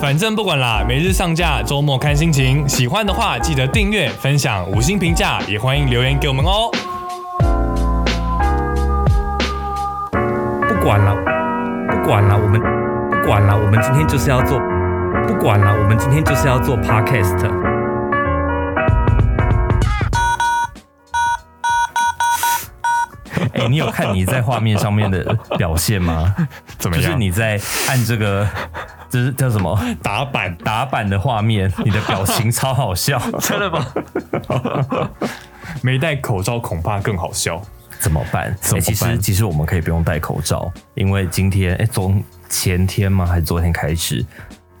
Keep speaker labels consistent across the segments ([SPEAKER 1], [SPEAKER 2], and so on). [SPEAKER 1] 反正不管啦，每日上架，周末看心情。喜欢的话记得订阅、分享、五星评价，也欢迎留言给我们哦。
[SPEAKER 2] 不管了，不管了，我们不管了，我们今天就是要做，不管了，我们今天就是要做 podcast。哎、你有看你在画面上面的表现吗？
[SPEAKER 1] 怎
[SPEAKER 2] 就是你在按这个， 这是叫什么
[SPEAKER 1] 打板
[SPEAKER 2] 打板的画面，你的表情超 好笑，真的吗？
[SPEAKER 1] 没戴口罩恐怕更好笑。
[SPEAKER 2] 怎么办？
[SPEAKER 1] 怎么
[SPEAKER 2] 欸其
[SPEAKER 1] 办
[SPEAKER 2] 实其实我们可以不用戴口罩，因为今天哎、昨前天吗？还是昨天开始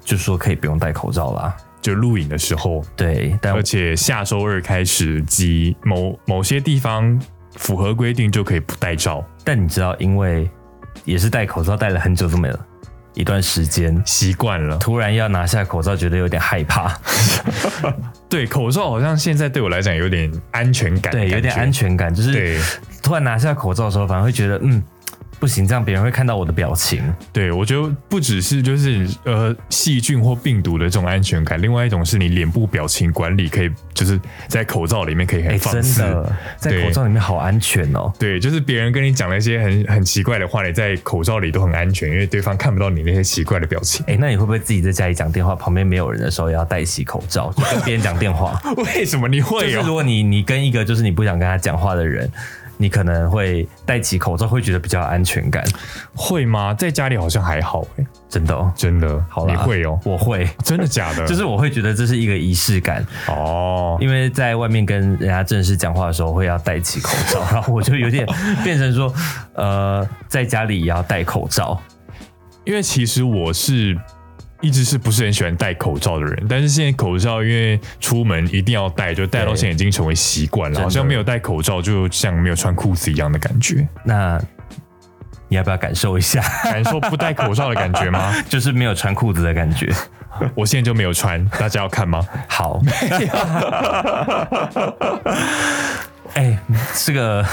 [SPEAKER 2] 就说可以不用戴口罩啦。
[SPEAKER 1] 就录影的时
[SPEAKER 2] 哦
[SPEAKER 1] 候，
[SPEAKER 2] 对，但
[SPEAKER 1] 而且下周二开始及某某些地方符合规定就可以不戴罩，
[SPEAKER 2] 但你知道，因为也是戴口罩戴了很久这么一段时间，
[SPEAKER 1] 习惯了。
[SPEAKER 2] 突然要拿下口罩，觉得有点害怕，
[SPEAKER 1] 对，口罩好像现在对我来讲有点安全感，
[SPEAKER 2] 对，有点安
[SPEAKER 1] 全。
[SPEAKER 2] 全感，就是
[SPEAKER 1] 对
[SPEAKER 2] 突然拿下口罩的时候，反而会觉得嗯。不行，这样别人会看到我的表情。
[SPEAKER 1] 对，我觉得不只是就是呃细菌或病毒的这种安全感，另外一种是你脸部表情管理可以就是在口罩里面可以
[SPEAKER 2] 哎、
[SPEAKER 1] 很放
[SPEAKER 2] 真
[SPEAKER 1] 肆。
[SPEAKER 2] 的，在
[SPEAKER 1] 对
[SPEAKER 2] 口罩里面好安全哦。
[SPEAKER 1] 对，就是别人跟你讲了一些很很奇怪的话，你在口罩里都很安全，因为对方看不到你那些奇怪的表情。
[SPEAKER 2] 哎、那你会不会自己在家里讲电话，旁边没有人的时候也要戴起口罩，就跟别人讲电话？
[SPEAKER 1] 为什么你
[SPEAKER 2] 就
[SPEAKER 1] 会哦
[SPEAKER 2] 是
[SPEAKER 1] 有？
[SPEAKER 2] 如果你你跟一个就是你不想跟他讲话的人，你可能会戴起口罩，会觉得比较有安全感。
[SPEAKER 1] 会吗？在家里好像还好、欸，
[SPEAKER 2] 真的、哦，
[SPEAKER 1] 真的。
[SPEAKER 2] 好啦
[SPEAKER 1] 你会哦、
[SPEAKER 2] 我会，
[SPEAKER 1] 真的假的？
[SPEAKER 2] 就是我会觉得这是一个仪式感，
[SPEAKER 1] 哦，
[SPEAKER 2] 因为在外面跟人家正式讲话的时候会要戴起口罩，然后我就有点变成说，呃，在家里也要戴口罩。
[SPEAKER 1] 因为其实我是一直是不是很喜欢戴口罩的人，但是现在口罩因为出门一定要戴，就戴到
[SPEAKER 2] 对
[SPEAKER 1] 现在已经成为习惯了，
[SPEAKER 2] 真的
[SPEAKER 1] 好像没有戴口罩就像没有穿裤子一样的感 觉，
[SPEAKER 2] 那你要不要感受一下，
[SPEAKER 1] 感受不戴口罩的感觉 吗？
[SPEAKER 2] 就是没有穿裤子的 感觉？
[SPEAKER 1] 我现在就没有穿，大家要看吗？
[SPEAKER 2] 好，哎、这个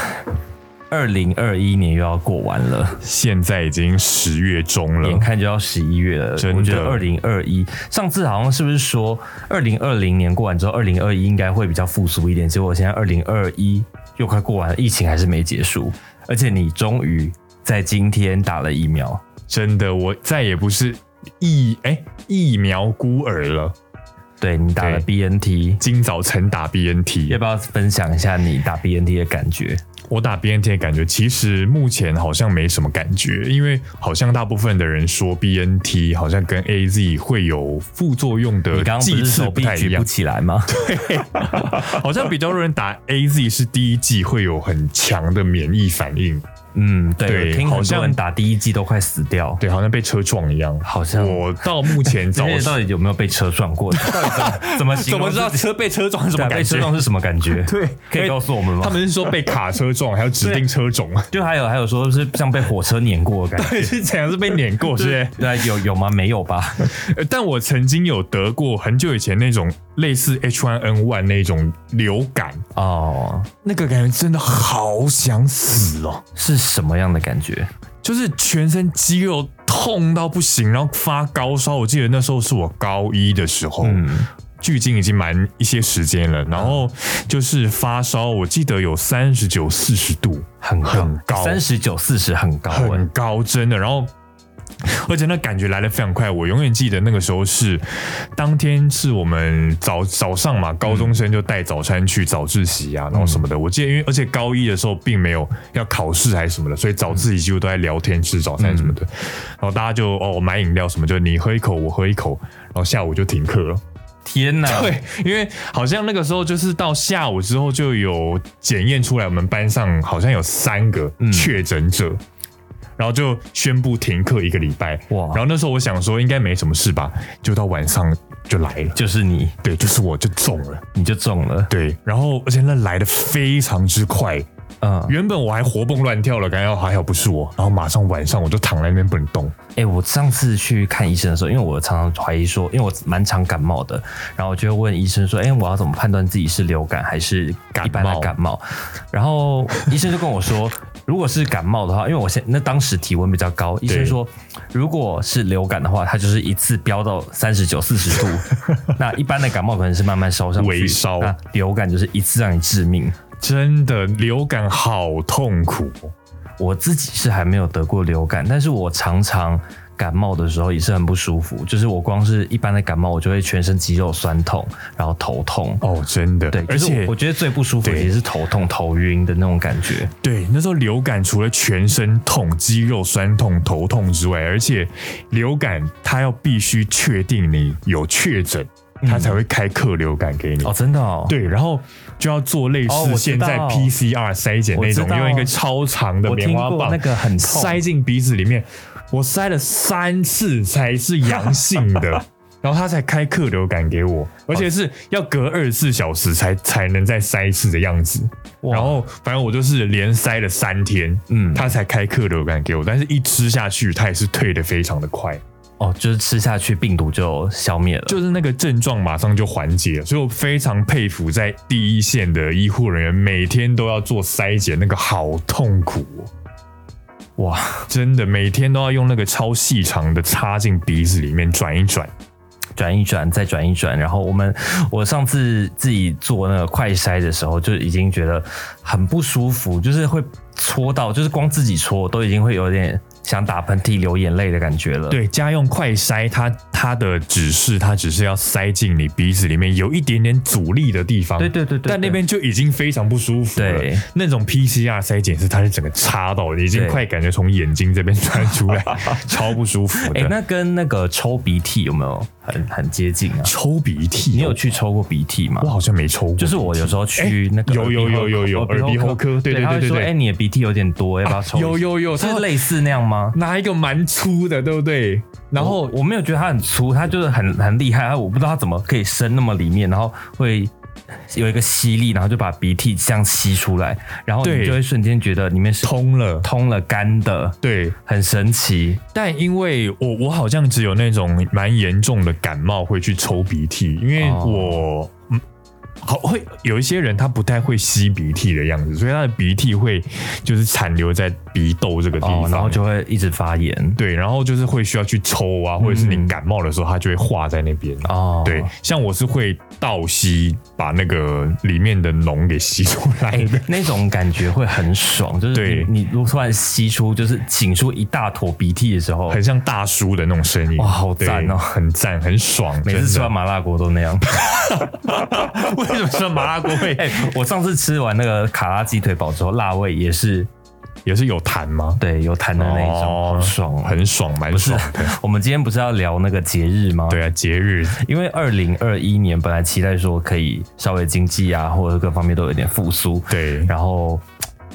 [SPEAKER 2] 二零二一年又要过完了，
[SPEAKER 1] 现在已经十月中
[SPEAKER 2] 眼
[SPEAKER 1] 了，
[SPEAKER 2] 看就要十一月了。
[SPEAKER 1] 真的
[SPEAKER 2] 我觉得二零二一上次好像是不是说二零二零年过完之后，二零二一应该会比较复苏一点？结果现在二零二一又快过完了，疫情还是没结束，而且你终于在今天打了疫苗，
[SPEAKER 1] 真的，我再也不是疫哎、疫苗孤儿了。
[SPEAKER 2] 对你打了
[SPEAKER 1] 对
[SPEAKER 2] BNT。
[SPEAKER 1] 今早晨打 BNT，
[SPEAKER 2] 要不要分享一下你打 BNT 的感觉？
[SPEAKER 1] 我打 BNT 的感觉，其实目前好像没什么感觉，因为好像大部分的人说 BNT 好像跟 AZ 会有副作用的
[SPEAKER 2] 你刚刚不
[SPEAKER 1] 剂
[SPEAKER 2] 是
[SPEAKER 1] 次
[SPEAKER 2] 手
[SPEAKER 1] 不
[SPEAKER 2] 臂
[SPEAKER 1] 太一
[SPEAKER 2] 举不
[SPEAKER 1] 样，
[SPEAKER 2] 起来吗？
[SPEAKER 1] 好像比较多人打 AZ 是第一季会有很强的免疫反应，
[SPEAKER 2] 嗯，对，
[SPEAKER 1] 对
[SPEAKER 2] 我听
[SPEAKER 1] 好
[SPEAKER 2] 很
[SPEAKER 1] 像
[SPEAKER 2] 多人打第一季都快死掉，
[SPEAKER 1] 对，好像被车撞一样。
[SPEAKER 2] 好像
[SPEAKER 1] 我到目前早
[SPEAKER 2] 这些到底有没有被车撞过？ 到底怎么 怎么形容自己
[SPEAKER 1] 车被车撞是
[SPEAKER 2] 对啊被车撞是什么感 觉？
[SPEAKER 1] 对，哎
[SPEAKER 2] 可以告诉我们吗？啊
[SPEAKER 1] 他们是说被卡车撞，还有指定车种，
[SPEAKER 2] 就还有还有说是像被火车碾过 的感觉。
[SPEAKER 1] 是怎样是被碾过，是不是？
[SPEAKER 2] 对啊，有有吗？没有吧？
[SPEAKER 1] 呃但我曾经有得过很久以前那种类似 H1N1 那种流感，
[SPEAKER 2] 哦，
[SPEAKER 1] 那个感觉真的好想死哦，
[SPEAKER 2] 是什么样的感觉？
[SPEAKER 1] 就是全身肌肉痛到不行，然后发高烧。我记得那时候是我高一的时候，
[SPEAKER 2] 嗯，
[SPEAKER 1] 距今已经蛮一些时间了。然后就是发烧，我记得有三十九、四十度，
[SPEAKER 2] 很
[SPEAKER 1] 很高
[SPEAKER 2] 三十九四十很高哎、
[SPEAKER 1] 很高，真的。然后，而且那感觉来的非常快。我永远记得那个时候是当天是我们早早上嘛，高中生就带早餐去早自习啊，然后什么的。我记得，因为而且高一的时候并没有要考试还是什么的，所以早自习几乎都在聊天、吃早餐什么的。然后大家就哦买饮料什么，就你喝一口，我喝一口，然后下午就停课了。
[SPEAKER 2] 天哪！
[SPEAKER 1] 对，因为好像那个时候就是到下午之后就有检验出来，我们班上好像有三个
[SPEAKER 2] 嗯
[SPEAKER 1] 确诊者，然后就宣布停课一个礼拜。
[SPEAKER 2] 哇
[SPEAKER 1] 然后那时候我想说应该没什么事吧，就到晚上就来了。
[SPEAKER 2] 就是你，
[SPEAKER 1] 对，就是我就中了。
[SPEAKER 2] 你就中了。
[SPEAKER 1] 对，然后而且那来的非常之快，
[SPEAKER 2] 嗯，
[SPEAKER 1] 原本我还活蹦乱跳了，感觉还好不是我，然后马上晚上我就躺在那边不能动。
[SPEAKER 2] 哎、我上次去看医生的时候，因为我常常怀疑说，因为我蛮常感冒的，然后我就会问医生说，哎、我要怎么判断自己是流感还是一般
[SPEAKER 1] 感冒
[SPEAKER 2] 的感冒？然后医生就跟我说， 如果是感冒的话，因为我现那当时体温比较高，医生说如果是流感的话，它就是一次飙到三十九、四十度。 那一般的感冒可能是慢慢烧上去，
[SPEAKER 1] 微烧
[SPEAKER 2] 那流感就是一次让你致命。
[SPEAKER 1] 真的流感好痛苦哦，
[SPEAKER 2] 我自己是还没有得过流感，但是我常常感冒的时候也是很不舒服，就是我光是一般的感冒，我就会全身肌肉酸痛，然后头痛。
[SPEAKER 1] 哦，真的，
[SPEAKER 2] 对，
[SPEAKER 1] 而
[SPEAKER 2] 就是
[SPEAKER 1] 且
[SPEAKER 2] 我我觉得最不舒服
[SPEAKER 1] 对
[SPEAKER 2] 其实是头痛、头晕的那种感觉。
[SPEAKER 1] 对，那时候流感除了全身痛、肌肉酸痛、头痛之外，而且流感它要必须确定你有确诊，它才会开克流感给你。
[SPEAKER 2] 嗯哦，真的哦，
[SPEAKER 1] 对，然后就要做类
[SPEAKER 2] 哦
[SPEAKER 1] 似
[SPEAKER 2] 我知
[SPEAKER 1] 现在
[SPEAKER 2] 道
[SPEAKER 1] PCR 筛检那种
[SPEAKER 2] 我知，道
[SPEAKER 1] 用一个超长的
[SPEAKER 2] 我
[SPEAKER 1] 棉
[SPEAKER 2] 听
[SPEAKER 1] 花
[SPEAKER 2] 过
[SPEAKER 1] 棒，
[SPEAKER 2] 那个很痛，
[SPEAKER 1] 塞进鼻子里面，我塞了三次才是阳性的， 然后他才开克流感给我，而且是要隔二十四小时才才能再塞一次的样子。
[SPEAKER 2] 哇
[SPEAKER 1] 然后反正我就是连塞了三天，
[SPEAKER 2] 嗯
[SPEAKER 1] 他才开克流感给我，但是一吃下去，它也是退的非常的快，
[SPEAKER 2] 哦，就是吃下去病毒就消灭了。
[SPEAKER 1] 就是那个症状马上就缓解了，所以我非常佩服在第一线的医护人员，每天都要做筛检，那个好痛苦、哦。
[SPEAKER 2] 哇，
[SPEAKER 1] 真的每天都要用那个超细长的插进鼻子里面转一转。
[SPEAKER 2] 转一转，再转一转。然后我们，我上次自己做那个快筛的时候，就已经觉得很不舒服，就是会搓到，就是光自己搓都已经会有点想打喷嚏、流眼泪的感觉了。，
[SPEAKER 1] 对，家用快筛它它的指示，它只是要塞进你鼻子里面有一点点阻力的地方。
[SPEAKER 2] 对对对对
[SPEAKER 1] 但那边就已经非常不舒服了。
[SPEAKER 2] 对，
[SPEAKER 1] 那种 PCR 筛检是它是整个插到，已经
[SPEAKER 2] 对
[SPEAKER 1] 快感觉从眼睛这边穿出 来，超不舒服的。
[SPEAKER 2] 哎、那跟那个抽鼻涕有没有很很接近啊？
[SPEAKER 1] 抽鼻涕，
[SPEAKER 2] 你有？去抽过鼻涕吗
[SPEAKER 1] 我？好像没抽过。
[SPEAKER 2] 就是我有时候去那个
[SPEAKER 1] 哎有有有有有
[SPEAKER 2] 耳
[SPEAKER 1] 耳鼻喉科对对
[SPEAKER 2] 他会
[SPEAKER 1] 对对
[SPEAKER 2] 说
[SPEAKER 1] 对
[SPEAKER 2] 哎，你的鼻涕有点多，要不要抽一下？
[SPEAKER 1] 有有有，
[SPEAKER 2] 是
[SPEAKER 1] 它
[SPEAKER 2] 类似那样吗？
[SPEAKER 1] 拿一个蛮粗的，对不对？然后
[SPEAKER 2] 我我没有觉得它很粗，它就是很很厉害，我不知道它怎么可以伸那么里面，然后会有一个吸力，然后就把鼻涕这样吸出来，然后
[SPEAKER 1] 对
[SPEAKER 2] 你就会瞬间觉得里面是
[SPEAKER 1] 通了，
[SPEAKER 2] 通了干的，
[SPEAKER 1] 对，
[SPEAKER 2] 很神奇。
[SPEAKER 1] 但因为我我好像只有那种蛮严重的感冒会去抽鼻涕，因为
[SPEAKER 2] 哦
[SPEAKER 1] 我、嗯，好会有一些人他不太会吸鼻涕的样子，所以他的鼻涕会就是残留在鼻窦这个地方，
[SPEAKER 2] 哦，然后就会一直发炎。
[SPEAKER 1] 对，然后就是会需要去抽啊，或者是你
[SPEAKER 2] 嗯
[SPEAKER 1] 感冒的时候，它就会化在那边。啊
[SPEAKER 2] 哦，
[SPEAKER 1] 对，像我是会倒吸，把那个里面的脓给吸出来
[SPEAKER 2] 哎、
[SPEAKER 1] 的。
[SPEAKER 2] 那种感觉会很爽，就是
[SPEAKER 1] 对
[SPEAKER 2] 你你如果突然吸出，就是擤出一大坨鼻涕的时候，
[SPEAKER 1] 很像大叔的那种声音，
[SPEAKER 2] 哇好赞哦
[SPEAKER 1] 对很赞，很爽。
[SPEAKER 2] 每次吃
[SPEAKER 1] 真
[SPEAKER 2] 完
[SPEAKER 1] 的
[SPEAKER 2] 麻辣锅都那样。
[SPEAKER 1] 为什么说麻辣锅 会
[SPEAKER 2] 哎、我上次吃完那个卡拉鸡腿堡之后，辣味也是
[SPEAKER 1] 也是有痰吗？
[SPEAKER 2] 对有痰的那一种，
[SPEAKER 1] 哦
[SPEAKER 2] 好爽哦、
[SPEAKER 1] 很爽，蛮爽的。
[SPEAKER 2] 我们今天不是要聊那个节日吗？，
[SPEAKER 1] 对啊，节日
[SPEAKER 2] 因为二零二一年本来期待说可以稍微经济啊，或者各方面都有点复苏，
[SPEAKER 1] 对，
[SPEAKER 2] 然后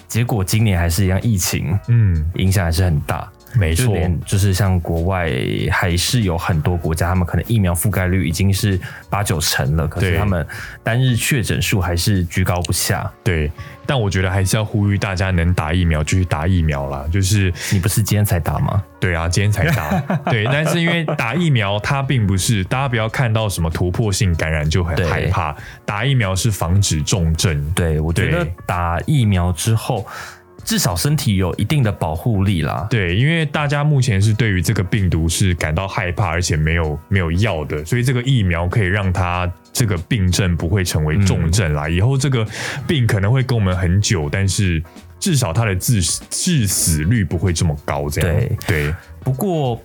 [SPEAKER 2] 结果今年还是一样，疫情
[SPEAKER 1] 嗯，
[SPEAKER 2] 影响还是很大。
[SPEAKER 1] 没
[SPEAKER 2] 就
[SPEAKER 1] 错，
[SPEAKER 2] 连就是像国外还是有很多国家，他们可能疫苗覆盖率已经是八九成了，可是
[SPEAKER 1] 对
[SPEAKER 2] 他们单日确诊数还是居高不下。
[SPEAKER 1] 对。但我觉得还是要呼吁大家能打疫苗就去打疫苗啦，就是
[SPEAKER 2] 你不是今天才打吗？
[SPEAKER 1] 对啊，今天才 打，对。但是因为打疫苗，它并不是大家不要看到什么突破性感染就很
[SPEAKER 2] 对
[SPEAKER 1] 害怕，打疫苗是防止重症。
[SPEAKER 2] 对，我觉得
[SPEAKER 1] 对
[SPEAKER 2] 打疫苗之后，至少身体有一定的保护力啦。
[SPEAKER 1] 对，因为大家目前是对于这个病毒是感到害怕，而且没有没有药的，所以这个疫苗可以让它这个病症不会成为重症啦。以后这个病可能会跟我们很久，但是至少它的致死致死率不会这么高。这样
[SPEAKER 2] 对
[SPEAKER 1] 对
[SPEAKER 2] 不过，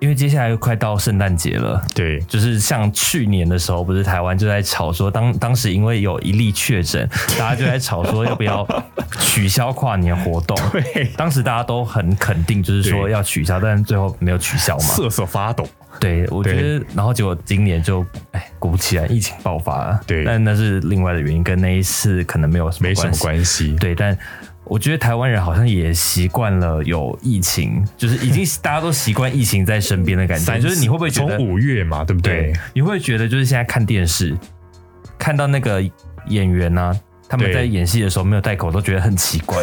[SPEAKER 2] 因为接下来又快到圣诞节了。
[SPEAKER 1] 对
[SPEAKER 2] 就是像去年的时候，不是台湾就在吵说，当当时因为有一例确诊，大家就在吵说要不要取消跨年活动。
[SPEAKER 1] 对，
[SPEAKER 2] 当时大家都很肯定，就是说
[SPEAKER 1] 对
[SPEAKER 2] 要取消，但是最后没有取消嘛。
[SPEAKER 1] 瑟瑟发抖。
[SPEAKER 2] 对，我觉得，然后结果今年就，哎，果不其然，疫情爆发了。
[SPEAKER 1] 对
[SPEAKER 2] 但那是另外的原因，跟那一次可能没有什么
[SPEAKER 1] 没什么
[SPEAKER 2] 关系。
[SPEAKER 1] 关系，
[SPEAKER 2] 对，但我觉得台湾人好像也习惯了有疫情，就是已经 大家都习惯疫情在身边的感觉。
[SPEAKER 1] 三
[SPEAKER 2] 就是你会不会觉得
[SPEAKER 1] 从，五月嘛，对不对？
[SPEAKER 2] 对，你会不会觉得就是现在看电视，看到那个演员呢、啊他们
[SPEAKER 1] 对
[SPEAKER 2] 在演戏的时候没有戴口罩，觉得很奇 怪，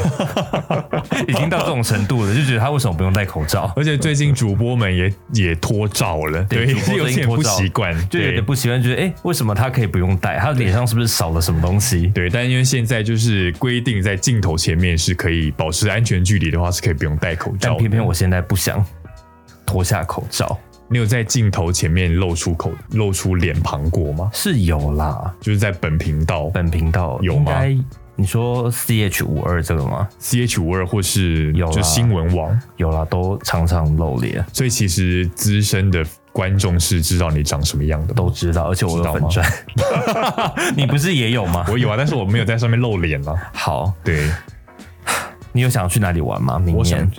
[SPEAKER 2] 已经到这种程度了，就觉得他为什么不用戴口罩？
[SPEAKER 1] 而且最近主播们也也脱罩了，
[SPEAKER 2] 对主播
[SPEAKER 1] 有
[SPEAKER 2] 最近
[SPEAKER 1] 点
[SPEAKER 2] 脱
[SPEAKER 1] 不
[SPEAKER 2] 罩
[SPEAKER 1] 习惯，
[SPEAKER 2] 就有
[SPEAKER 1] 对
[SPEAKER 2] 点不喜欢，觉得哎、诶为什么他可以不用戴？他脸上是不是少了什么东西？
[SPEAKER 1] 对，但因为现在就是规定，在镜头前面是可以保持安全距离的话，是可以不用戴口罩
[SPEAKER 2] 但
[SPEAKER 1] 的。
[SPEAKER 2] 偏偏我现在不想脱下口罩，
[SPEAKER 1] 你有在镜头前面露出口、露出脸庞过吗？
[SPEAKER 2] 是有啦。
[SPEAKER 1] 就是在本频道
[SPEAKER 2] 本频道
[SPEAKER 1] 有
[SPEAKER 2] 应
[SPEAKER 1] 吗
[SPEAKER 2] 该你说 C H 五二这个吗？
[SPEAKER 1] C H 五二或是
[SPEAKER 2] 有啊啦
[SPEAKER 1] 就新闻网，
[SPEAKER 2] 有啦，都常常露脸，
[SPEAKER 1] 所以其实资深的观众是知道你长什么样的吗。
[SPEAKER 2] 都知道，而且我
[SPEAKER 1] 知
[SPEAKER 2] 有
[SPEAKER 1] 道
[SPEAKER 2] 粉
[SPEAKER 1] 吗
[SPEAKER 2] 砖， 你不是也有吗？
[SPEAKER 1] 我有啊，但是我没有在上面露脸啊。
[SPEAKER 2] 好，
[SPEAKER 1] 对，
[SPEAKER 2] 你有想要去哪里玩吗？明
[SPEAKER 1] 我想
[SPEAKER 2] 年，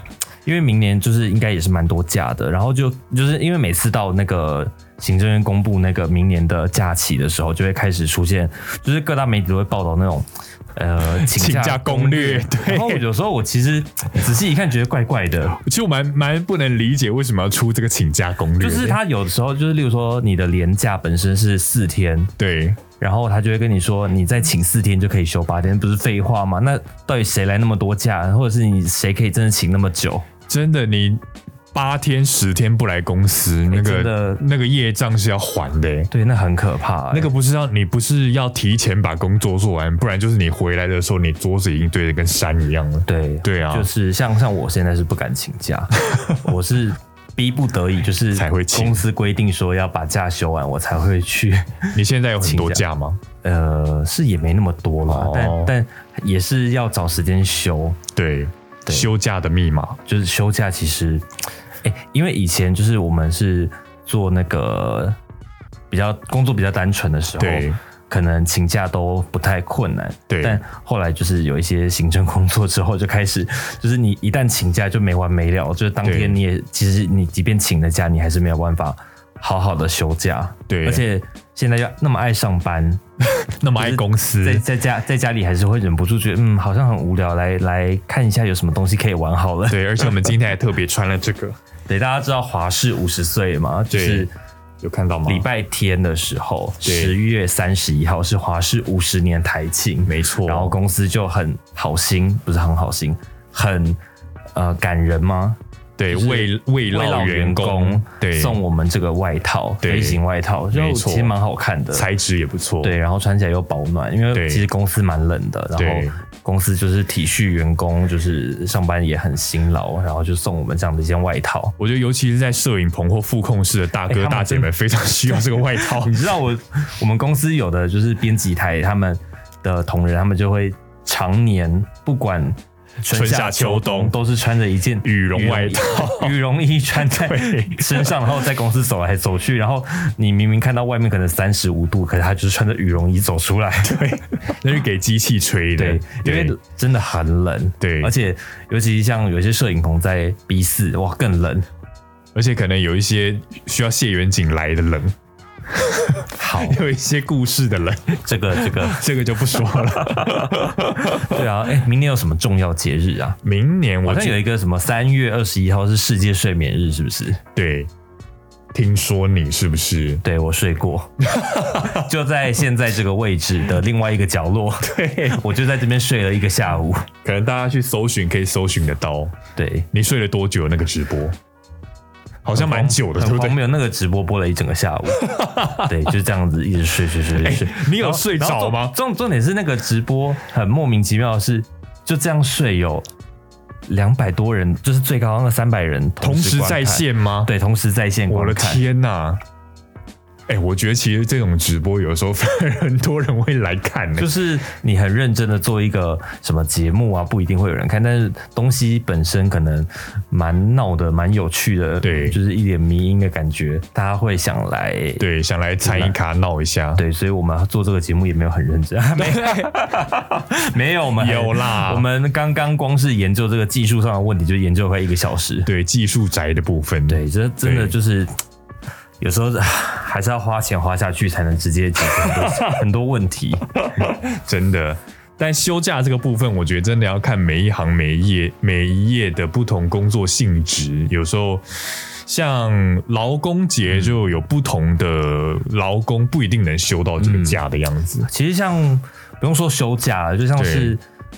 [SPEAKER 2] 因为明年就是应该也是蛮多假的，然后就就是因为每次到那个行政院公布那个明年的假期的时候，就会开始出现，就是各大媒体都会报道那种。呃，请
[SPEAKER 1] 请假攻略对
[SPEAKER 2] 然后有时候我其实仔细一看，觉得怪怪的，
[SPEAKER 1] 其实我蛮蛮不能理解为什么要出这个请假攻略
[SPEAKER 2] 就
[SPEAKER 1] 的，
[SPEAKER 2] 是他有的时候就是，例如说你的年假本身是四天，
[SPEAKER 1] 对
[SPEAKER 2] 然后他就会跟你说，你再请四天就可以休八天，不是废话吗？那到底谁来那么多假，或者是你谁可以真的请那么久？
[SPEAKER 1] 真的你。八天十天不来公司，那
[SPEAKER 2] 哎
[SPEAKER 1] 个
[SPEAKER 2] 真的
[SPEAKER 1] 那个业障是要还的欸、
[SPEAKER 2] 对，那很可怕、
[SPEAKER 1] 那个不是要你不是要提前把工作做完，不然就是你回来的时候，你桌子已经堆得跟山一样了。
[SPEAKER 2] 对
[SPEAKER 1] 对啊
[SPEAKER 2] 就是像像我现在是不敢请 假，我是逼不得已，就是
[SPEAKER 1] 才会请
[SPEAKER 2] 公司规定说要把假休完，我才会去。
[SPEAKER 1] 你现在有很多假吗？
[SPEAKER 2] 呃，是也没那么多啦，
[SPEAKER 1] 哦
[SPEAKER 2] 但但也是要找时间休，
[SPEAKER 1] 对，
[SPEAKER 2] 对
[SPEAKER 1] 休假的密码
[SPEAKER 2] 就是休假其实，哎、因为以前就是我们是做那个比较工作比较单纯的时候
[SPEAKER 1] 对。
[SPEAKER 2] 可能请假都不太困难，
[SPEAKER 1] 对
[SPEAKER 2] 但后来就是有一些行政工作之后，就开始就是你一旦请假就没完没了，就是当
[SPEAKER 1] 对
[SPEAKER 2] 天你也其实你即便请了假，你还是没有办法好好的休假。
[SPEAKER 1] 对
[SPEAKER 2] 而且现在又那么爱上班，
[SPEAKER 1] 那么爱公司
[SPEAKER 2] 在在家在家里还是会忍不住觉得嗯好像很无聊，来来看一下有什么东西可以玩好了。
[SPEAKER 1] 对，而且我们今天还特别穿了这个，
[SPEAKER 2] 对，大家知道华视五十岁嘛，就
[SPEAKER 1] 对
[SPEAKER 2] 是
[SPEAKER 1] 有看到吗？
[SPEAKER 2] 礼拜天的时候，
[SPEAKER 1] 对
[SPEAKER 2] 十月三十一号是华视五十年台庆，
[SPEAKER 1] 没错，
[SPEAKER 2] 然后公司就很好心，不是很好心，很呃感人吗？
[SPEAKER 1] 对
[SPEAKER 2] 就是
[SPEAKER 1] 慰慰劳员工，对，
[SPEAKER 2] 送我们这个外套，
[SPEAKER 1] 对
[SPEAKER 2] 飞行外套，就
[SPEAKER 1] 没错
[SPEAKER 2] 其实蛮好看的。
[SPEAKER 1] 材质也不错，
[SPEAKER 2] 对，然后穿起来又保暖，因为
[SPEAKER 1] 对
[SPEAKER 2] 其实公司蛮冷的，然
[SPEAKER 1] 对
[SPEAKER 2] 后公司就是体恤员工，就是上班也很辛劳，然后就送我们这样的一件外套。
[SPEAKER 1] 我觉得尤其是在摄影棚或副控室的大
[SPEAKER 2] 哎他
[SPEAKER 1] 哥
[SPEAKER 2] 们
[SPEAKER 1] 大姐们非常需要这个外套
[SPEAKER 2] 你，知道我我们公司有的就是编辑台他们的同仁，他们就会常年不管春
[SPEAKER 1] 春夏秋冬
[SPEAKER 2] 都是穿着一件
[SPEAKER 1] 羽绒外
[SPEAKER 2] 套、羽 绒衣穿在身上，然后在公司走来走去。然后你明明看到外面可能三十五度，可是他就是穿着羽绒衣走出来。对
[SPEAKER 1] 那是给机器吹的
[SPEAKER 2] 对，，因为真的很冷。
[SPEAKER 1] 对
[SPEAKER 2] 而且尤其像有些摄影棚在 B 四，哇，更冷。
[SPEAKER 1] 而且可能有一些需要谢远景来的人，
[SPEAKER 2] 好，
[SPEAKER 1] 有一些故事的人，
[SPEAKER 2] 这个这个，
[SPEAKER 1] 这个就不说 了。
[SPEAKER 2] 对啊，哎、明年有什么重要节日啊？
[SPEAKER 1] 明年我
[SPEAKER 2] 好像
[SPEAKER 1] 觉
[SPEAKER 2] 有一个什么三月二十一号是世界睡眠日，是不是？
[SPEAKER 1] 对，听说你是不是？
[SPEAKER 2] 对我 睡过，就在现在这个位置的另外一个角落，
[SPEAKER 1] 对，
[SPEAKER 2] 我就在这边睡了一个下午。
[SPEAKER 1] 可能大家去搜寻可以搜寻得到。
[SPEAKER 2] 对，
[SPEAKER 1] 你睡了多久？那个直播好像蛮久的，对
[SPEAKER 2] 很
[SPEAKER 1] 不对
[SPEAKER 2] 荒？谬。那个直播播了一整个下 午，对，就是这样子一直睡睡睡睡睡。
[SPEAKER 1] 哎你有睡
[SPEAKER 2] 然后
[SPEAKER 1] 着吗？
[SPEAKER 2] 重重重点是那个直播很莫名其妙的是，就这样睡有两百多人，就是最高那三百人
[SPEAKER 1] 同时
[SPEAKER 2] 观看
[SPEAKER 1] 在，线吗？
[SPEAKER 2] 对，同时在线
[SPEAKER 1] 我
[SPEAKER 2] 观
[SPEAKER 1] 的
[SPEAKER 2] 看。
[SPEAKER 1] 天呐！哎、我觉得其实这种直播有时候反而很多人会来看呢、
[SPEAKER 2] 就是你很认真的做一个什么节目啊，不一定会有人看，但是东西本身可能蛮闹的、蛮有趣的，
[SPEAKER 1] 对
[SPEAKER 2] 就是一点迷音的感觉，大家会想来，对
[SPEAKER 1] 对，想来参一卡闹一下。
[SPEAKER 2] 所以我们做这个节目也没有很认真， 没有，没有，我们还
[SPEAKER 1] 有啦
[SPEAKER 2] 哎我们刚刚光是研究这个技术上的问题就研究了快一个小时，
[SPEAKER 1] 对技术宅的部分，
[SPEAKER 2] 对，这真的
[SPEAKER 1] 对
[SPEAKER 2] 就是。 有时候 啊还 是要花钱花下去才能直接解决很多很多问题。
[SPEAKER 1] 真的。但休假这个部分，我觉得真的要看每一行每一业每一业的不同工作性质。有时候像劳工节就有不同的劳工不一定能休到这
[SPEAKER 2] 嗯
[SPEAKER 1] 个假的样子。
[SPEAKER 2] 其实像不用说休假了，就像是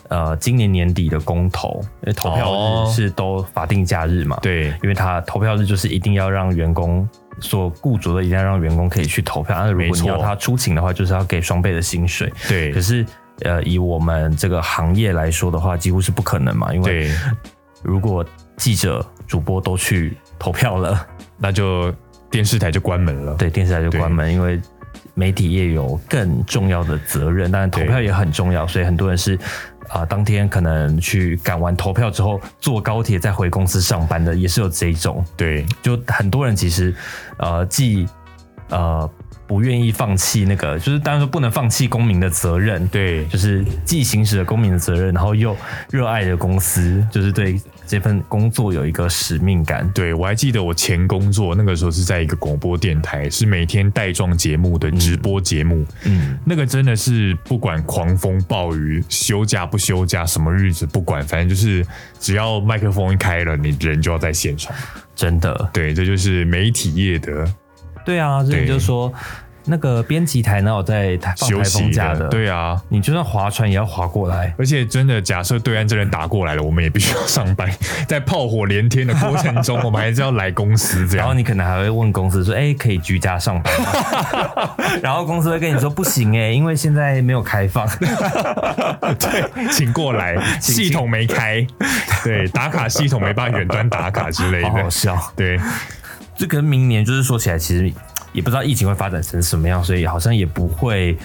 [SPEAKER 2] 呃今年年底的公投，因为投票
[SPEAKER 1] 哦
[SPEAKER 2] 日是都法定假日嘛，，
[SPEAKER 1] 对
[SPEAKER 2] 因为他投票日就是一定要让员工。所雇主的一定要让员工可以去投票，那如
[SPEAKER 1] 没
[SPEAKER 2] 果你
[SPEAKER 1] 错
[SPEAKER 2] 要他出勤的话，就是要给双倍的薪水。可
[SPEAKER 1] 对
[SPEAKER 2] 是，呃，以我们这个行业来说的话，几乎是不可能嘛，因为
[SPEAKER 1] 对，
[SPEAKER 2] 如果记者、主播都去投票了，
[SPEAKER 1] 那就电视台就关门了。
[SPEAKER 2] 对，电视台就关门，因为媒体业有更重要的责任，当然投
[SPEAKER 1] 对
[SPEAKER 2] 票也很重要，所以很多人是啊、当天可能去赶完投票之后，坐高铁再回公司上班的，也是有这一种。
[SPEAKER 1] 对
[SPEAKER 2] 就很多人其实呃，既呃不愿意放弃那个，就是当然说不能放弃公民的责任，
[SPEAKER 1] 对
[SPEAKER 2] 就是既行使了公民的责任，然后又热爱着公司，就是对这份工作有一个使命感。
[SPEAKER 1] 对，我还记得我前工作那个时候是在一个广播电台，是每天带状节目的直播节目。
[SPEAKER 2] 嗯，
[SPEAKER 1] 那个真的是不管狂风暴雨、休假不休假、什么日子不管，反正就是只要麦克风一开了，你人就要在现场。
[SPEAKER 2] 真的，
[SPEAKER 1] 对，这就是媒体业的
[SPEAKER 2] 对啊，所以就说那个编辑台呢，有在台放
[SPEAKER 1] 休
[SPEAKER 2] 台
[SPEAKER 1] 息
[SPEAKER 2] 风假的，，
[SPEAKER 1] 对啊，
[SPEAKER 2] 你就算划船也要划过来。
[SPEAKER 1] 而且真的，假设对岸真的打过来了，我们也必须要上班。在炮火连天的过程中，我们还是要来公司这
[SPEAKER 2] 然后
[SPEAKER 1] 样。
[SPEAKER 2] 你可能还会问公司说：“哎、可以居家上班吗？” 然后公司会跟你说：“不行哎、因为现在没有开放。
[SPEAKER 1] 对，请过来，
[SPEAKER 2] 请
[SPEAKER 1] 系统没开，对，打卡系统没办法远端打卡之类”
[SPEAKER 2] 好好
[SPEAKER 1] 的。
[SPEAKER 2] 笑。
[SPEAKER 1] 对，
[SPEAKER 2] 这跟明年就是说起来，其实也不知道疫情会发展成什么样，所以好像也不会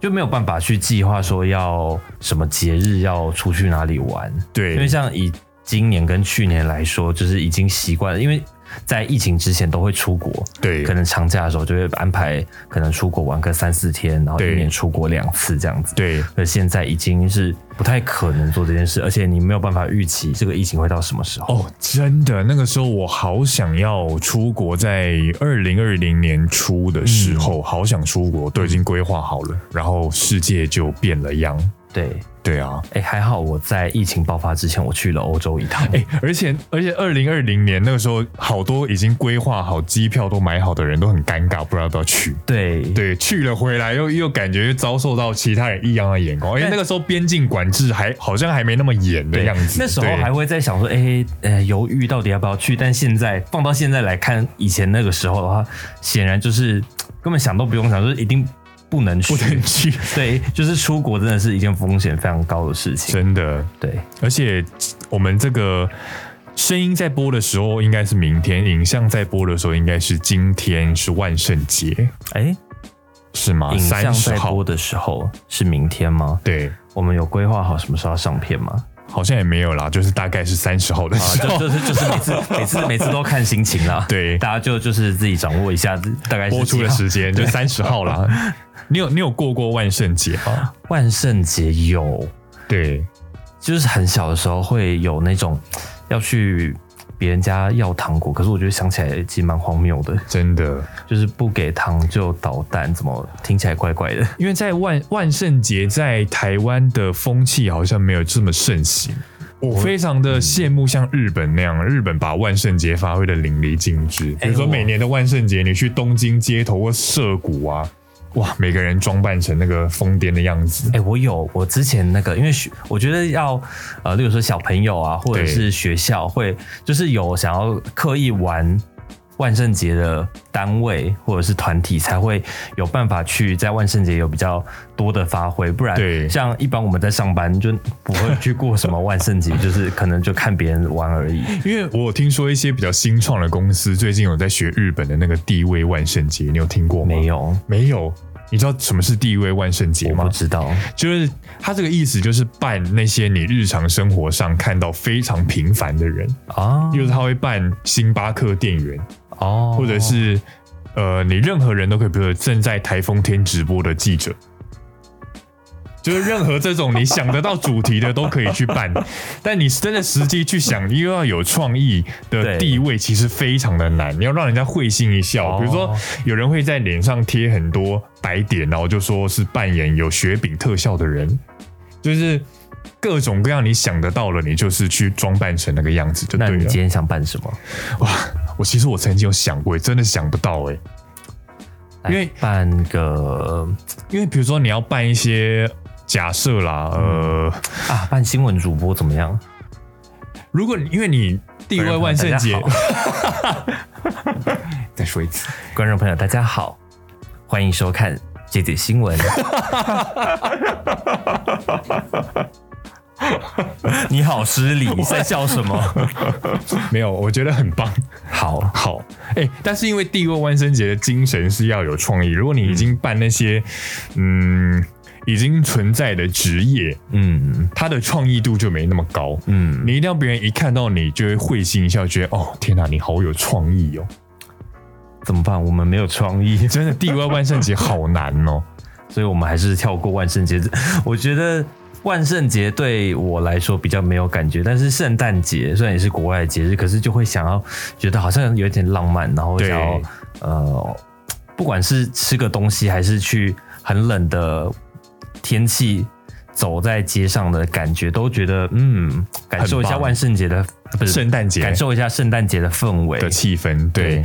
[SPEAKER 2] 就没有办法去计划说要什么节日要出去哪里玩，因为
[SPEAKER 1] 对，
[SPEAKER 2] 像以今年跟去年来说，就是已经习惯了，因为在疫情之前都会出国。
[SPEAKER 1] 对
[SPEAKER 2] 可，能长假的时候就会安排，可能出国玩个三四天，然后一
[SPEAKER 1] 对
[SPEAKER 2] 年出国两次这样子。
[SPEAKER 1] 对，
[SPEAKER 2] 可现在已经是不太可能做这件事，而且你没有办法预期这个疫情会到什么时候。
[SPEAKER 1] 哦，真的，那个时候我好想要出国，在二零二零年初的时候，好想出国，都已经规划好了，然后世界就变了样。
[SPEAKER 2] 对，
[SPEAKER 1] 对啊，
[SPEAKER 2] 哎、还好我在疫情爆发之前，我去了欧洲一趟。
[SPEAKER 1] 哎、而且而且二零二零年那个时候，好多已经规划好机票都买好的人都很尴尬，不知道要不要去。
[SPEAKER 2] 对
[SPEAKER 1] 对，去了回来又又感觉又遭受到其他人异样的眼光，而且哎
[SPEAKER 2] 但
[SPEAKER 1] 那个时候边境管制还好像还没那么严的样子。
[SPEAKER 2] 那时候
[SPEAKER 1] 对
[SPEAKER 2] 还会在想说，哎、呃，犹豫到底要不要去。但现在放到现在来看，以前那个时候的话，显然就是嘖根本想都不用想，就是一定不能去。
[SPEAKER 1] 不能去，
[SPEAKER 2] 对，就是出国真的是一件风险非常高的事情。
[SPEAKER 1] 真的。
[SPEAKER 2] 对，
[SPEAKER 1] 而且我们这个声音在播的时候应该是明天，影像在播的时候应该是今天，是万圣节，
[SPEAKER 2] 哎、
[SPEAKER 1] 是吗？
[SPEAKER 2] 影
[SPEAKER 1] 啊三
[SPEAKER 2] 像
[SPEAKER 1] 十
[SPEAKER 2] 在播
[SPEAKER 1] 号，
[SPEAKER 2] 的时候是明天吗？
[SPEAKER 1] 对，
[SPEAKER 2] 我们有规划好什么时候要上片吗？
[SPEAKER 1] 好像也没有啦，就是大概是三十号的
[SPEAKER 2] 啊，
[SPEAKER 1] 时
[SPEAKER 2] 就
[SPEAKER 1] 候。
[SPEAKER 2] 就是就是每次每次每次都看心情啦。
[SPEAKER 1] 对
[SPEAKER 2] 大家就就是自己掌握一下，大概 是
[SPEAKER 1] 播出
[SPEAKER 2] 几
[SPEAKER 1] 的
[SPEAKER 2] 号
[SPEAKER 1] 时间就三十号啦。你有你有过过万圣节吗？
[SPEAKER 2] 万圣节有，
[SPEAKER 1] 对，
[SPEAKER 2] 就是很小的时候会有那种要去别人家要糖果，可是我觉得想起来其实蛮荒谬的，
[SPEAKER 1] 真的，
[SPEAKER 2] 就是不给糖就捣蛋，怎么听起来怪怪的？
[SPEAKER 1] 因为在万万圣节在台湾的风气好像没有这么盛行。我非常的羡慕像日本那样，日本把万圣节发挥的淋漓尽致。比如说
[SPEAKER 2] 我
[SPEAKER 1] 每年的万圣节，你去东京街头或涩谷啊，哇，每个人装扮成那个疯癫的样子
[SPEAKER 2] 哎、。我有，我之前那个，因为学我觉得要呃，例如说小朋友啊，或者
[SPEAKER 1] 对
[SPEAKER 2] 是学校会，就是有想要刻意玩。万圣节的单位或者是团体才会有办法去在万圣节有比较多的发挥，不然
[SPEAKER 1] 对
[SPEAKER 2] 像一般我们在上班就不会去过什么万圣节， 就是可能就看别人玩而已。
[SPEAKER 1] 因为我有听说一些比较新创的公司最近有在学日本的那个地位万圣节，你有听过吗？
[SPEAKER 2] 没，有，
[SPEAKER 1] 没有。你知道什么是地位万圣节
[SPEAKER 2] 我
[SPEAKER 1] 吗
[SPEAKER 2] 不？知道。
[SPEAKER 1] 就是他这个意思，就是扮那些你日常生活上看到非常平凡的人，
[SPEAKER 2] 啊
[SPEAKER 1] 就是他会扮星巴克店员，
[SPEAKER 2] 哦，
[SPEAKER 1] 或者是呃，你任何人都可以，比如说正在台风天直播的记者。就是任何这种你想得到主题的都可以去办，但你真的实际去想，又要有创意的
[SPEAKER 2] 对
[SPEAKER 1] 地位，其实非常的难。你要让人家会心一笑，
[SPEAKER 2] 哦
[SPEAKER 1] 比如说有人会在脸上贴很多白点，然后就说是扮演有雪饼特效的人，就是各种各样你想得到了，你就是去装扮成那个样子就
[SPEAKER 2] 那
[SPEAKER 1] 对啊
[SPEAKER 2] 你
[SPEAKER 1] 了
[SPEAKER 2] 今。天想办什么？
[SPEAKER 1] 哇，我其实我曾经有想过，真的想不到哎、因为
[SPEAKER 2] 来办个
[SPEAKER 1] 因为比如说你要办一些假设啦，呃，
[SPEAKER 2] 啊，办新闻主播怎么样？
[SPEAKER 1] 如果你因为你地位万圣节
[SPEAKER 2] 大家，
[SPEAKER 3] 再说一次，
[SPEAKER 2] 观众朋友，大家好，欢迎收看姐姐新 闻。你好失礼，你在笑什么？
[SPEAKER 1] 没有，我觉得很棒。
[SPEAKER 2] 好，
[SPEAKER 1] 好，哎、但是因为地位万圣节的精神是要有创意。如果你已经办那些，嗯。已经存在的职业，
[SPEAKER 2] 嗯
[SPEAKER 1] 它的创意度就没那么高。
[SPEAKER 2] 嗯，
[SPEAKER 1] 你一定要别人一看到你就会会心一笑，觉得哦，天哪，你好有创意哦！
[SPEAKER 2] 怎么办？我们没有创意，
[SPEAKER 1] 真的，地位万圣节好难哦。
[SPEAKER 2] 所以我们还是跳过万圣节。 我觉得万圣节对我来说比较没有感觉，但是圣诞节虽然也是国外的节日，可是就会想要觉得好像有一点浪漫，然后
[SPEAKER 1] 对
[SPEAKER 2] 想要呃，不管是吃个东西，还是去很冷的天气。走在街上的感觉，都觉得嗯，感受一下
[SPEAKER 1] 很棒
[SPEAKER 2] 万圣节的不是
[SPEAKER 1] 圣诞节
[SPEAKER 2] 感受一下圣诞节的氛围
[SPEAKER 1] 的气氛，对，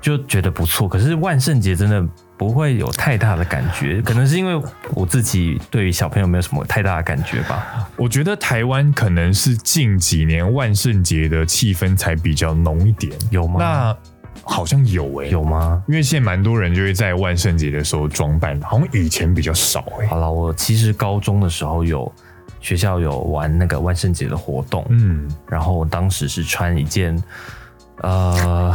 [SPEAKER 2] 就觉得不错。可是万圣节真的不会有太大的感觉，可能是因为我自己对于小朋友没有什么太大的感觉吧。
[SPEAKER 1] 我觉得台湾可能是近几年万圣节的气氛才比较浓一点。
[SPEAKER 2] 有吗？
[SPEAKER 1] 那好像有诶、
[SPEAKER 2] 有吗？
[SPEAKER 1] 因为现在蛮多人就会在万圣节的时候装扮，好像以前比较少欸诶、
[SPEAKER 2] 好了，我其实高中的时候有学校有玩那个万圣节的活动，
[SPEAKER 1] 嗯，
[SPEAKER 2] 然后我当时是穿一件呃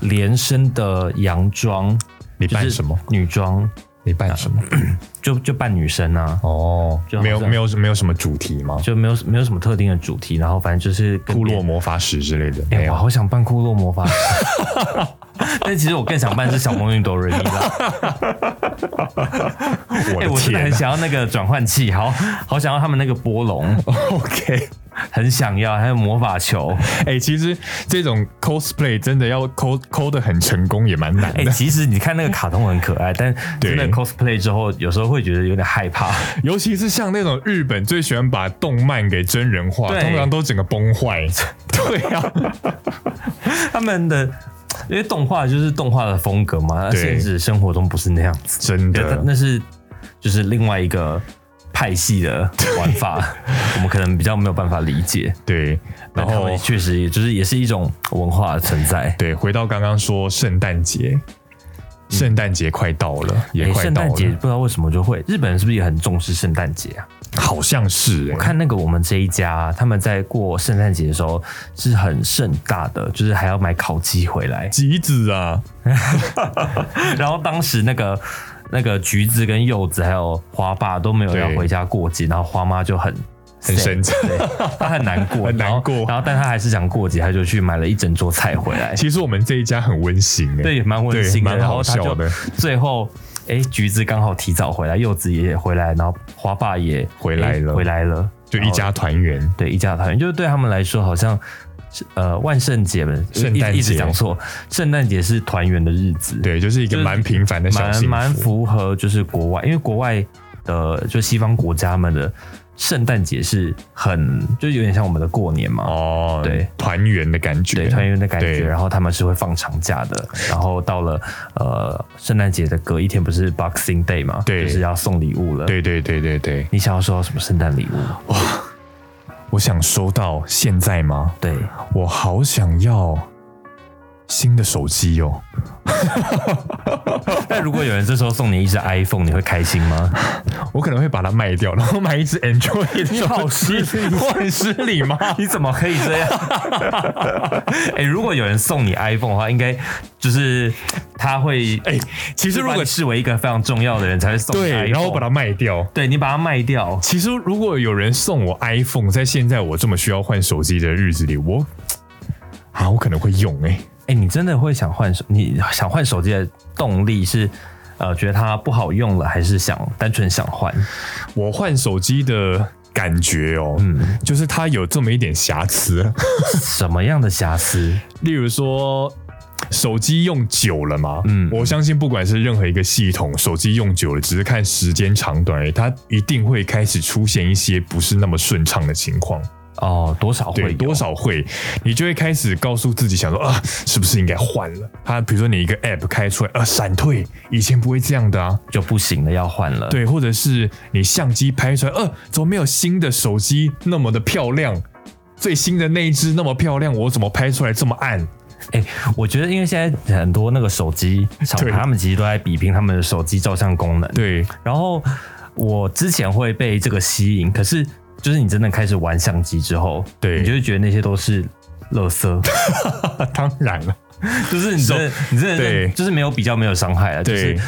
[SPEAKER 2] 连身的洋装，
[SPEAKER 1] 你
[SPEAKER 2] 就是
[SPEAKER 1] 扮什么？
[SPEAKER 2] 女装，
[SPEAKER 1] 你扮什么？
[SPEAKER 2] 就就扮女生啊。
[SPEAKER 1] 哦
[SPEAKER 2] 就，好
[SPEAKER 1] 没有
[SPEAKER 2] 像
[SPEAKER 1] 没有没有什么主题吗？
[SPEAKER 2] 就没有没有什么特定的主题，然后反正就是跟
[SPEAKER 1] 库
[SPEAKER 2] 别人
[SPEAKER 1] 洛魔法使之类的，
[SPEAKER 2] 哎、
[SPEAKER 1] 没
[SPEAKER 2] 我
[SPEAKER 1] 有。
[SPEAKER 2] 好想扮库洛魔法 使，但其实我更想扮是小魔女哆瑞咪啦。
[SPEAKER 1] 我
[SPEAKER 2] 哎、
[SPEAKER 1] 的
[SPEAKER 2] 我真的
[SPEAKER 1] 天
[SPEAKER 2] 很
[SPEAKER 1] 啊、
[SPEAKER 2] 想要那个转换器，好好想要他们那个波龙，
[SPEAKER 1] ！OK，
[SPEAKER 2] 很想要，还有魔 法球。
[SPEAKER 1] 哎、其实这种 cosplay 真的要抠抠的很成功也蛮难
[SPEAKER 2] 哎、
[SPEAKER 1] 的，
[SPEAKER 2] 其实你看那个卡通很可爱，但真的
[SPEAKER 1] 对
[SPEAKER 2] cosplay 之后，有时候会觉得有点 害怕。
[SPEAKER 1] 尤其是像那种日本最喜欢把动漫给真人化，
[SPEAKER 2] 对
[SPEAKER 1] 通常都整个崩坏。对啊，
[SPEAKER 2] 他们的因为动画就是动画的风格嘛，
[SPEAKER 1] 对
[SPEAKER 2] 现实生活中不是那样子，
[SPEAKER 1] 真
[SPEAKER 2] 那
[SPEAKER 1] 的。
[SPEAKER 2] 那是就是另外一个派系的玩 法，我们可能比较没有办法理解。
[SPEAKER 1] 对，然
[SPEAKER 2] 然后
[SPEAKER 1] 后
[SPEAKER 2] 确实，也就是也是一种文化的存在。
[SPEAKER 1] 对，回到刚刚说圣诞节，圣诞节快到了，也
[SPEAKER 2] 诶
[SPEAKER 1] 快
[SPEAKER 2] 哎圣
[SPEAKER 1] 到
[SPEAKER 2] 诞节
[SPEAKER 1] 了，
[SPEAKER 2] 不知道为什么就会，日本人是不是也很重视圣诞节啊？
[SPEAKER 1] 好像是、欸。。
[SPEAKER 2] 我看那个我们这一家，他们在过圣诞节的时候是很盛大的，就是还要买烤鸡回来
[SPEAKER 1] 橘子啊，
[SPEAKER 2] 然后当时那个那个橘子跟柚子还有花爸都没有要
[SPEAKER 1] 对
[SPEAKER 2] 回家过节，然后花妈就很。
[SPEAKER 1] 很生气。
[SPEAKER 2] 对，她很难过，
[SPEAKER 1] 很难
[SPEAKER 2] 然后
[SPEAKER 1] 过
[SPEAKER 2] 然后，但她还是想过节，她就去买了一整桌菜回来。
[SPEAKER 1] 其实我们这一家很温馨、欸，
[SPEAKER 2] 对，也蛮温馨 的，
[SPEAKER 1] 对蛮
[SPEAKER 2] 然后
[SPEAKER 1] 好
[SPEAKER 2] 他
[SPEAKER 1] 笑
[SPEAKER 2] 就
[SPEAKER 1] 的
[SPEAKER 2] 最后，哎，橘子刚好提早回来，柚子也回来，然后花爸也
[SPEAKER 1] 回来了
[SPEAKER 2] 诶回来了，
[SPEAKER 1] 就一家团圆。
[SPEAKER 2] 对一家团圆，就是对他们来说，好像是呃万圣节们
[SPEAKER 1] 圣诞节
[SPEAKER 2] 一直讲错，圣诞节是团圆的日子，，
[SPEAKER 1] 对，就是一个
[SPEAKER 2] 就是
[SPEAKER 1] 蛮平凡的小
[SPEAKER 2] 蛮
[SPEAKER 1] 幸
[SPEAKER 2] 蛮
[SPEAKER 1] 福。
[SPEAKER 2] 符合就是国外，因为国外的就西方国家们的圣诞节是很就有点像我们的过年嘛，
[SPEAKER 1] 哦，
[SPEAKER 2] 对，
[SPEAKER 1] 团圆的感觉，
[SPEAKER 2] 对团圆的感觉，
[SPEAKER 1] 对
[SPEAKER 2] 然后他们是会放长假的，然后到了呃圣诞节的隔一天不是 Boxing Day 嘛，
[SPEAKER 1] 对
[SPEAKER 2] 就是要送礼物了。，
[SPEAKER 1] 对对对对对，
[SPEAKER 2] 你想要收到什么圣诞礼物？
[SPEAKER 1] 我想收到现在吗？
[SPEAKER 2] 对，
[SPEAKER 1] 我好想要新的手机哦。
[SPEAKER 2] 那如果有人这时候送你一只 iPhone，你会开心 吗？
[SPEAKER 1] 我可能会把它卖掉，然后买一只 Android
[SPEAKER 2] 你好
[SPEAKER 1] 手机， 我很失礼吗？
[SPEAKER 2] 你怎么可以这样？ 哎、如果有人送你 iPhone 的话，应该就是他会
[SPEAKER 1] 哎、其实如
[SPEAKER 2] 把
[SPEAKER 1] 果
[SPEAKER 2] 你视为一个非常重要的人才会送你 iPhone，
[SPEAKER 1] 对，然后我把它卖掉。
[SPEAKER 2] 对你把它卖掉，
[SPEAKER 1] 其实如果有人送我 iPhone，在现在我这么需要换手机的日子里，我啊，我可能会用哎、
[SPEAKER 2] 哎、你真的会想换手？你想换手机的动力是，呃，觉得它不好用了，还是想单纯想换？
[SPEAKER 1] 我换手机的感觉哦，
[SPEAKER 2] 嗯，
[SPEAKER 1] 就是它有这么一点瑕疵，
[SPEAKER 2] 什么样的瑕疵？
[SPEAKER 1] 例如说。手机用久了嘛，
[SPEAKER 2] 嗯
[SPEAKER 1] 嗯，我相信不管是任何一个系统，手机用久了，只是看时间长短而已，它一定会开始出现一些不是那么顺畅的情况。
[SPEAKER 2] 哦，多少会
[SPEAKER 1] 对，
[SPEAKER 2] 有
[SPEAKER 1] 多少会，你就会开始告诉自己想说啊，是不是应该换了？它比如说你一个 app 开出来，啊，闪退，以前不会这样的啊，
[SPEAKER 2] 就不行了，要换了。，
[SPEAKER 1] 对，或者是你相机拍出来，呃，怎么没有新的手机那么的漂亮？最新的那一只那么漂亮，我怎么拍出来这么暗？
[SPEAKER 2] 哎、我觉得因为现在很多那个 手机厂牌，
[SPEAKER 1] 对
[SPEAKER 2] 他们其实都在比拼他们的手机照相功能。
[SPEAKER 1] 对，
[SPEAKER 2] 然后我之前会被这个吸引，可是就是你真的开始玩相机之后，
[SPEAKER 1] 对
[SPEAKER 2] 你就会觉得那些都是垃圾，
[SPEAKER 1] 当然了，
[SPEAKER 2] 就是你真的你真的
[SPEAKER 1] 对
[SPEAKER 2] 就是没有比较，没有伤害啊，就是
[SPEAKER 1] 对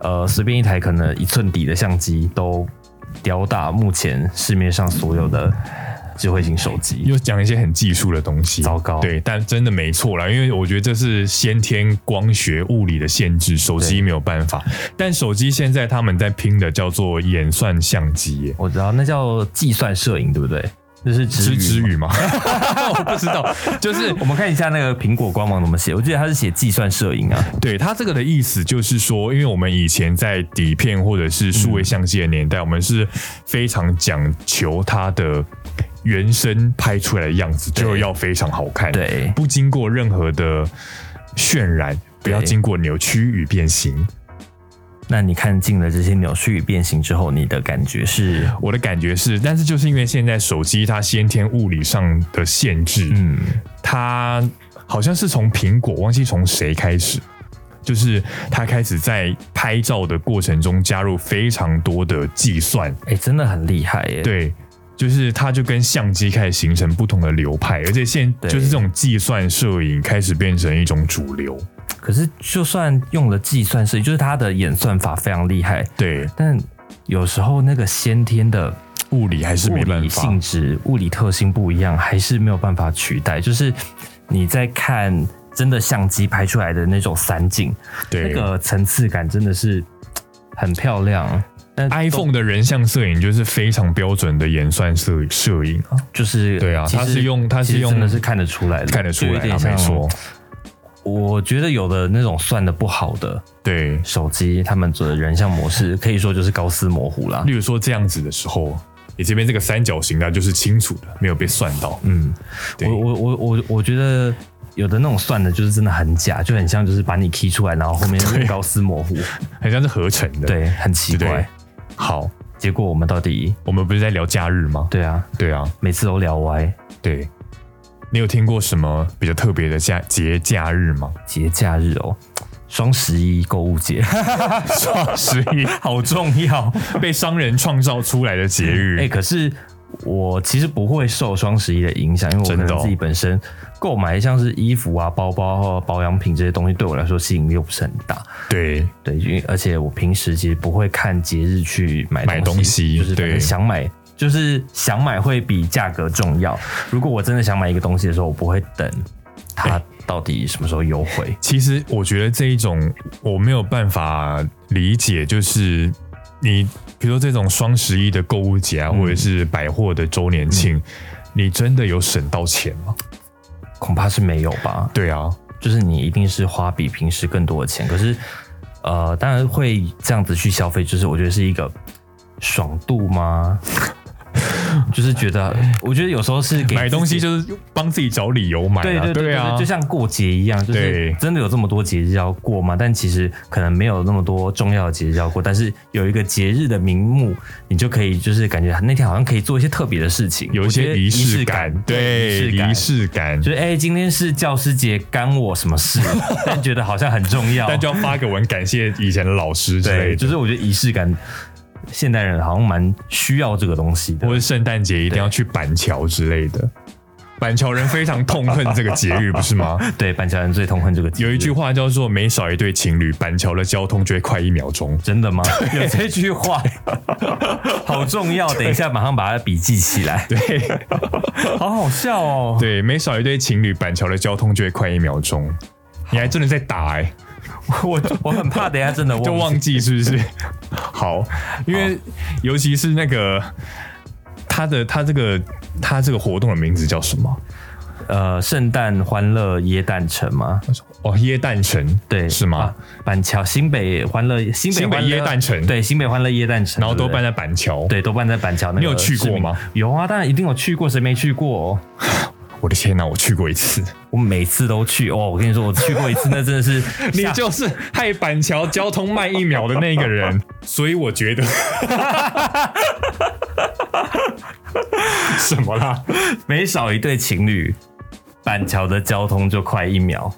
[SPEAKER 2] 呃随便一台可能一寸底的相机都吊打目前市面上所有的智慧型手机。
[SPEAKER 1] 又讲一些很技术的东西，
[SPEAKER 2] 糟糕
[SPEAKER 1] 对，但真的没错啦，因为我觉得这是先天光学物理的限制，手机没有办法。但手机现在他们在拼的叫做演算相机耶，
[SPEAKER 2] 我知道那叫计算摄影，对不对？那是
[SPEAKER 1] 是
[SPEAKER 2] 之
[SPEAKER 1] 之
[SPEAKER 2] 语吗。
[SPEAKER 1] 语吗？ 我不知道，就是
[SPEAKER 2] 我们看一下那个苹果官网怎么写，我记得它是写计算摄影啊。
[SPEAKER 1] 对它这个的意思就是说，因为我们以前在底片或者是数位相机的年代，我们是非常讲求它的原生拍出来的样子，就要非常好看，，
[SPEAKER 2] 对，
[SPEAKER 1] 不经过任何的渲染，不要
[SPEAKER 2] 对
[SPEAKER 1] 经过扭曲与变形。
[SPEAKER 2] 那你看尽了这些扭曲与变形之后，你的感觉是，
[SPEAKER 1] 我的感觉是，但是就是因为现在手机它先天物理上的限制，
[SPEAKER 2] 嗯，
[SPEAKER 1] 它好像是从苹果，忘记从谁开始，就是它开始在拍照的过程中加入非常多的计算，
[SPEAKER 2] 哎、真的很厉害耶。，
[SPEAKER 1] 对。就是它就跟相机开始形成不同的流派，而且现
[SPEAKER 2] 对
[SPEAKER 1] 就是这种计算摄影开始变成一种主流。
[SPEAKER 2] 可是就算用了计算摄影，就是它的演算法非常厉害，
[SPEAKER 1] 对，
[SPEAKER 2] 但有时候那个先天的
[SPEAKER 1] 物理还是
[SPEAKER 2] 物
[SPEAKER 1] 没办
[SPEAKER 2] 理
[SPEAKER 1] 法
[SPEAKER 2] 性。质、物理特性不一样，还是没有办法取代。就是你在看真的相机拍出来的那种散景，那
[SPEAKER 1] 对、
[SPEAKER 2] 个层次感真的是很漂亮。但
[SPEAKER 1] iPhone 的人像摄影就是非常标准的演算摄摄影啊，
[SPEAKER 2] 就是
[SPEAKER 1] 对啊
[SPEAKER 2] 其实
[SPEAKER 1] 它是用它是
[SPEAKER 2] 其实
[SPEAKER 1] 用
[SPEAKER 2] 真的是看得出来的，
[SPEAKER 1] 看得出
[SPEAKER 2] 就有
[SPEAKER 1] 来
[SPEAKER 2] 点
[SPEAKER 1] 啊，没
[SPEAKER 2] 像
[SPEAKER 1] 错。。
[SPEAKER 2] 哦我觉得有的那种算的不好的
[SPEAKER 1] 对，
[SPEAKER 2] 手机，他们做的人像模式可以说就是高斯模糊啦。
[SPEAKER 1] 例如说这样子的时候，你这边这个三角形的就是清楚的，没有被算到。
[SPEAKER 2] 嗯，
[SPEAKER 1] 对
[SPEAKER 2] 我我我我我觉得。有的那种算的，就是真的很假，就很像就是把你 key 出来，然后后面用高斯模糊，
[SPEAKER 1] 很像是合成的。
[SPEAKER 2] 对，很 奇
[SPEAKER 1] 对不
[SPEAKER 2] 怪
[SPEAKER 1] 对。。好，
[SPEAKER 2] 结果我们到底，
[SPEAKER 1] 我们不是在聊假日吗？
[SPEAKER 2] 对啊，
[SPEAKER 1] 对啊，
[SPEAKER 2] 每次都聊歪，
[SPEAKER 1] 对。你有听过什么比较特别的假节假日 吗？
[SPEAKER 2] 节假日哦，双十一购物节
[SPEAKER 1] 双十一
[SPEAKER 2] 好重要。
[SPEAKER 1] 被商人创造出来的节日，
[SPEAKER 2] 哎、可是我其实不会受双十一的影响，因为我可
[SPEAKER 1] 真的
[SPEAKER 2] 能
[SPEAKER 1] 哦
[SPEAKER 2] 自己本身购买像是衣服啊、包包、啊、保养品这些东西，对我来说吸引力又不是很大。
[SPEAKER 1] 对
[SPEAKER 2] 对，因为而且我平时其实不会看节日去买
[SPEAKER 1] 买东西
[SPEAKER 2] 就是反正
[SPEAKER 1] 对
[SPEAKER 2] 想买。就是想买会比价格重要。如果我真的想买一个东西的时候，我不会等它到底什么时候优惠。
[SPEAKER 1] 其实我觉得这一种我没有办法理解，就是你比如说这种双十一的购物节啊，或者是百货的周年庆，
[SPEAKER 2] 嗯
[SPEAKER 1] 你真的有省到钱吗？
[SPEAKER 2] 恐怕是没有吧？
[SPEAKER 1] 对啊，
[SPEAKER 2] 就是你一定是花比平时更多的钱，可是呃，当然会这样子去消费，就是我觉得是一个爽度吗？ 就是觉得，我觉得有时候是给
[SPEAKER 1] 买东西
[SPEAKER 2] 自己。
[SPEAKER 1] 就是帮自己找理由买、啊，
[SPEAKER 2] 对对对
[SPEAKER 1] 啊，
[SPEAKER 2] 就像过节一样，就是
[SPEAKER 1] 对
[SPEAKER 2] 真的有这么多节日要过吗？但其实可能没有那么多重要的节日要过，但是有一个节日的名目，你就可以就是感觉那天好像可以做一些特别的事情，
[SPEAKER 1] 有一
[SPEAKER 2] 我觉
[SPEAKER 1] 些
[SPEAKER 2] 得
[SPEAKER 1] 仪
[SPEAKER 2] 式
[SPEAKER 1] 式感，对
[SPEAKER 2] 对
[SPEAKER 1] 仪式感，
[SPEAKER 2] 就是哎、今天是教师节，干我什么 事？但觉得好像很重要，
[SPEAKER 1] 但就要发个文感谢以前的老师之类
[SPEAKER 2] 对，
[SPEAKER 1] 的，
[SPEAKER 2] 就是我觉得仪式感，现代人好像蛮需要这个东西的
[SPEAKER 1] 或。者圣诞节一定要去板桥之类的。板桥人非常痛恨这个节日，不是吗？
[SPEAKER 2] 对，板桥人最痛恨这个节日。
[SPEAKER 1] 有一句话叫做“每少一对情侣，板桥的交通就会快一秒钟
[SPEAKER 2] 真的吗？有这 句话，好重要，等一下马上把它笔记起来”。。
[SPEAKER 1] 对
[SPEAKER 2] 好好笑哦。
[SPEAKER 1] 对，每少一对情侣，板桥的交通就会快一秒钟。你还真的在打哎、
[SPEAKER 2] 我我很怕等一下真的忘
[SPEAKER 1] 就
[SPEAKER 2] 记
[SPEAKER 1] 忘记是不 是？好，因为尤其是那个他的他这个他这个活动的名字叫什么？
[SPEAKER 2] 呃圣诞欢乐耶诞城吗？
[SPEAKER 1] 哦，椰蛋城，
[SPEAKER 2] 对，
[SPEAKER 1] 是吗
[SPEAKER 2] 啊？板桥新北欢乐新北
[SPEAKER 1] 新北
[SPEAKER 2] 欢乐
[SPEAKER 1] 耶诞城
[SPEAKER 2] 对，新北欢乐耶诞城，
[SPEAKER 1] 然后都
[SPEAKER 2] 对不对
[SPEAKER 1] 办在板桥。，
[SPEAKER 2] 对，都办在板桥那个市
[SPEAKER 1] 你
[SPEAKER 2] 民。
[SPEAKER 1] 有去过吗
[SPEAKER 2] 有啊，当然一定有去过，谁没去过、哦
[SPEAKER 1] 我的天哪，我去过一次。
[SPEAKER 2] 我每次都去哦，我跟你说，我去过一次，那真的是
[SPEAKER 1] 你
[SPEAKER 2] 吓
[SPEAKER 1] 就是害板桥交通慢一秒的那个人，所以我觉得， 什么啦？
[SPEAKER 2] 每少一对情侣，板桥的交通就快一秒。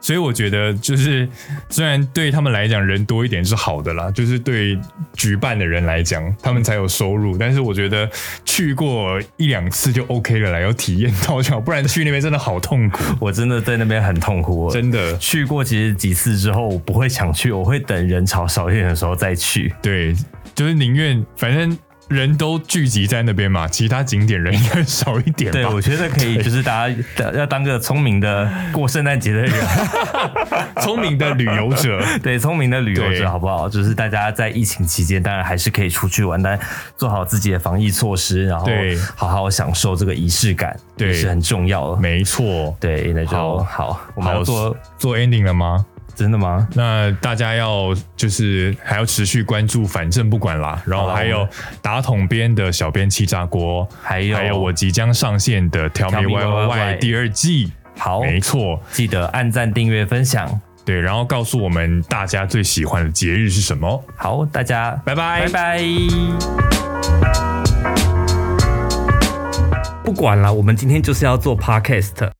[SPEAKER 1] 所以我觉得，就是虽然对他们来讲人多一点是好的啦，就是对举办的人来讲，他们才有收入。但是我觉得去过一两次就 OK 了啦，有体验到就好，不然去那边真的好痛苦，
[SPEAKER 2] 我真的在那边很痛苦。我
[SPEAKER 1] 真的。
[SPEAKER 2] 去过其实几次之后，我不会想去，我会等人潮少一点的时候再去。
[SPEAKER 1] 对，就是宁愿反正人都聚集在那边嘛，其他景点人应该少一点吧。
[SPEAKER 2] 对，我觉得可以，就是大家要当个聪明的过圣诞节的人，
[SPEAKER 1] 聪明的旅游者，
[SPEAKER 2] 对，聪明的旅游
[SPEAKER 1] 对
[SPEAKER 2] 者好不好？就是大家在疫情期间，当然还是可以出去玩，但做好自己的防疫措施，然后
[SPEAKER 1] 对
[SPEAKER 2] 好好享受这个仪式感，
[SPEAKER 1] 对
[SPEAKER 2] 也是很重要的。
[SPEAKER 1] 没错。
[SPEAKER 2] 对，那就
[SPEAKER 1] 好
[SPEAKER 2] 好，我们要做
[SPEAKER 1] 做 ending 了吗？
[SPEAKER 2] 真的吗？
[SPEAKER 1] 那大家要就是还要持续关注，反正不管啦。然后
[SPEAKER 2] 好啦
[SPEAKER 1] 还
[SPEAKER 2] 我
[SPEAKER 1] 有
[SPEAKER 2] 们
[SPEAKER 1] 打桶边的小编气炸锅，
[SPEAKER 2] 还有
[SPEAKER 1] 还有我即将上线的 Tell Me
[SPEAKER 2] Me
[SPEAKER 1] Why Why
[SPEAKER 2] Why 哦
[SPEAKER 1] Why 第二季，
[SPEAKER 2] 好，
[SPEAKER 1] 没错，
[SPEAKER 2] 记得按赞、订阅、分享。
[SPEAKER 1] 对。然后告诉我们大家最喜欢的节日是什么？
[SPEAKER 2] 好，大家
[SPEAKER 1] 拜拜
[SPEAKER 2] 拜拜。不管了，我们今天就是要做 podcast。